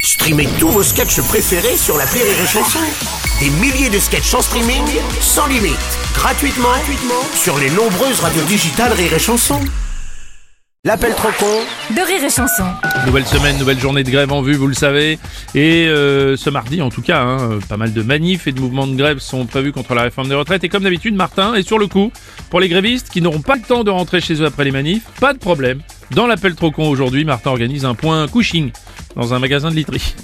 Streamez tous vos sketchs préférés sur la Rire et Chanson. Des milliers de sketchs en streaming, sans limite, gratuitement, gratuitement sur les nombreuses radios digitales Rire et Chanson. L'appel trop con de rire et chanson. Nouvelle semaine, nouvelle journée de grève en vue, vous le savez. Et euh, ce mardi, en tout cas, hein, pas mal de manifs et de mouvements de grève sont prévus contre la réforme des retraites. Et comme d'habitude, Martin est sur le coup. Pour les grévistes qui n'auront pas le temps de rentrer chez eux après les manifs, pas de problème. Dans l'appel trop con aujourd'hui, Martin organise un point cushing dans un magasin de literie.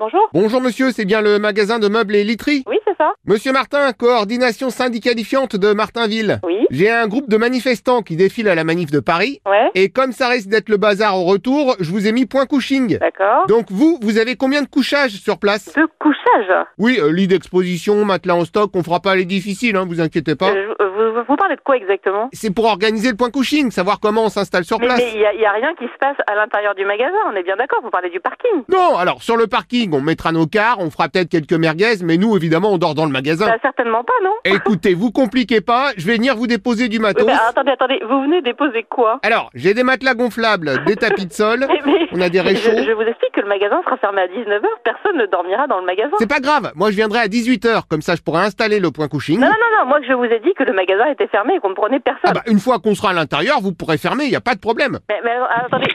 Bonjour. Bonjour monsieur, c'est bien le magasin de meubles et literie Oui, c'est ça. Monsieur Martin, coordination syndicalifiante de Martinville. Oui. J'ai un groupe de manifestants qui défilent à la manif de Paris. Ouais. Et comme ça risque d'être le bazar au retour, je vous ai mis point couching. D'accord. Donc vous, vous avez combien de couchages sur place De couchage. Oui, euh, lit d'exposition, matelas en stock, on fera pas les difficiles, hein, vous inquiétez pas. Euh, je- euh, vous, vous parlez de quoi exactement C'est pour organiser le point couching, savoir comment on s'installe sur Mais place. mais il n'y a, il y a rien qui se passe à l'intérieur du magasin, on est bien d'accord, vous parlez du parking. Non, alors sur le parking, on mettra nos cars, on fera peut-être quelques merguez, mais nous évidemment on dort dans le magasin. Bah, certainement pas, non Écoutez, vous compliquez pas, je vais venir vous déposer du Oui, matos. bah, Attendez, attendez, vous venez déposer quoi Alors, j'ai des matelas gonflables, des tapis de sol, Mais- mais- Ah. on a des je- Je, réchauds. vous explique que le magasin sera fermé à 19h, personne ne dormira dans le magasin. C'est pas grave, moi je viendrai à 18h, comme ça je pourrai installer le point couching. Non, non, non, non, moi je vous ai dit que le magasin était fermé et qu'on ne prenait personne. Ah bah, une fois qu'on sera à l'intérieur, vous pourrez fermer, il a pas de problème. mais, mais alors, attendez,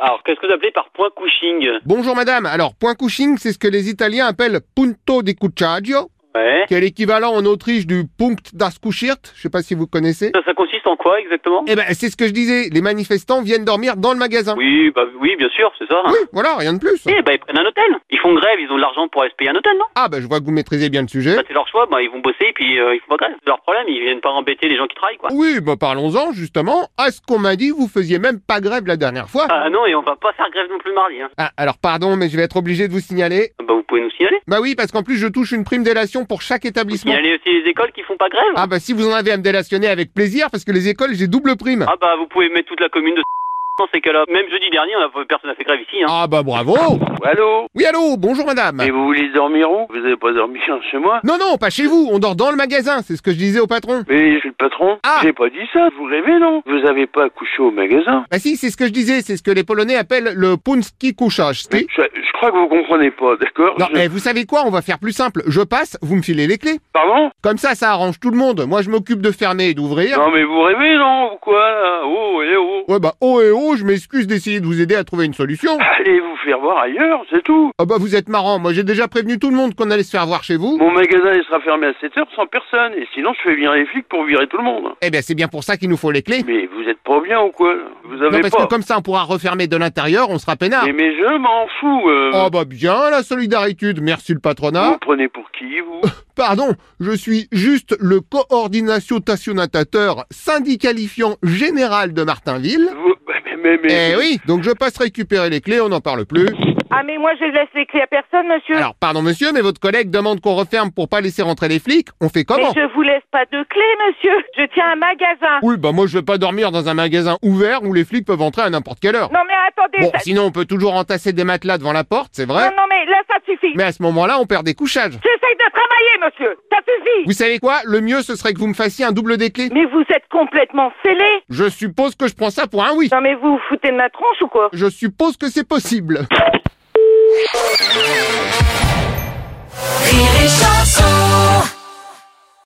Alors, qu'est-ce que vous appelez par point cushing Bonjour madame, alors point couching, c'est ce que les Italiens appellent punto di cucciaggio, Ouais. qui est l'équivalent en Autriche du punct das Kuschirt, je sais pas si vous connaissez. Ça, ça consiste en quoi exactement Eh ben, c'est ce que je disais, les manifestants viennent dormir dans le magasin. Oui, bah oui, bien sûr, c'est ça. Oui, voilà, rien de plus. Eh bah ils prennent un hôtel. Ils font grève, ils ont de l'argent pour aller se payer un hôtel, non Ah bah, je vois que vous maîtrisez bien le sujet. Bah c'est leur choix, bah ils vont bosser et puis euh, ils font pas grève. C'est leur problème, ils viennent pas embêter les gens qui travaillent, quoi. Oui, bah parlons-en justement. À ce qu'on m'a dit, vous faisiez même pas grève la dernière fois. Ah non, et on va pas faire grève non plus mardi, hein. Ah, alors pardon, mais je vais être obligé de vous signaler. Bah vous pouvez nous signaler. Bah oui, parce qu'en plus, je touche une prime délation pour chaque établissement. Signaler aussi les écoles qui font pas grève. Ah bah si vous en avez à me délationner avec plaisir, parce que les écoles, j'ai double prime. Ah, bah vous pouvez mettre toute la commune de dans ces cas-là. Même jeudi dernier, on a, personne n'a fait grève ici, hein. Ah bah bravo Allô Oui, allô, bonjour madame Et vous voulez dormir où Vous n'avez pas dormi chez moi Non, non, pas chez vous, on dort dans le magasin, c'est ce que je disais au patron. Mais je suis le patron. Ah. J'ai pas dit ça. Vous rêvez, non Vous n'avez pas couché au magasin. Bah si, c'est ce que je disais, c'est ce que les Polonais appellent le punski kuszarz, Mais t'es Je, je crois que vous comprenez pas, d'accord Non, Je- eh, vous savez quoi, on va faire plus simple. Je passe, vous me filez les clés. Pardon Comme ça, ça arrange tout le monde. Moi, je m'occupe de fermer et d'ouvrir. Non, mais vous rêvez, non Ou quoi là Oh, eh oh Ouais bah, oh et oh, je m'excuse d'essayer de vous aider à trouver une solution. Allez vous faire voir ailleurs, c'est tout. Ah bah vous êtes marrant, moi j'ai déjà prévenu tout le monde qu'on allait se faire voir chez vous. Mon magasin, il sera fermé à 7 heures sans personne. Et sinon, je fais venir les flics pour virer tout le monde. Eh ben c'est bien pour ça qu'il nous faut les clés. Mais vous êtes pas bien ou quoi là Vous Non avez parce pas. que comme ça on pourra refermer de l'intérieur, on sera peinard. Mais, mais je m'en fous. euh. Oh bah bien la solidarité, merci le Vous patronat. vous prenez pour qui, vous Pardon, je suis juste le coordination tationnatateur syndicalifiant général de Martinville. Vous- Mais, mais, mais- Eh oui, donc je passe récupérer les clés, on n'en parle plus. Ah mais moi je laisse les clés à personne monsieur. Alors pardon monsieur, mais votre collègue demande qu'on referme pour pas laisser rentrer les flics, on fait mais comment je vous laisse pas de clés monsieur. Je tiens un magasin. Oui bah moi je vais pas dormir dans un magasin ouvert où les flics peuvent entrer à n'importe quelle heure. Non mais attendez. Bon, ça- sinon on peut toujours entasser des matelas devant la porte, c'est vrai. Non non mais là ça suffit. Hein? Mais à ce moment-là, on perd des couchages. J'essaye de travailler monsieur. Ça suffit. Vous savez quoi Le mieux, ce serait que vous me fassiez un double des clés. Mais vous êtes complètement scellé. Je suppose que je prends ça pour un oui. Non mais vous vous foutez de ma tronche ou quoi Je suppose que c'est possible. Rire et chanson.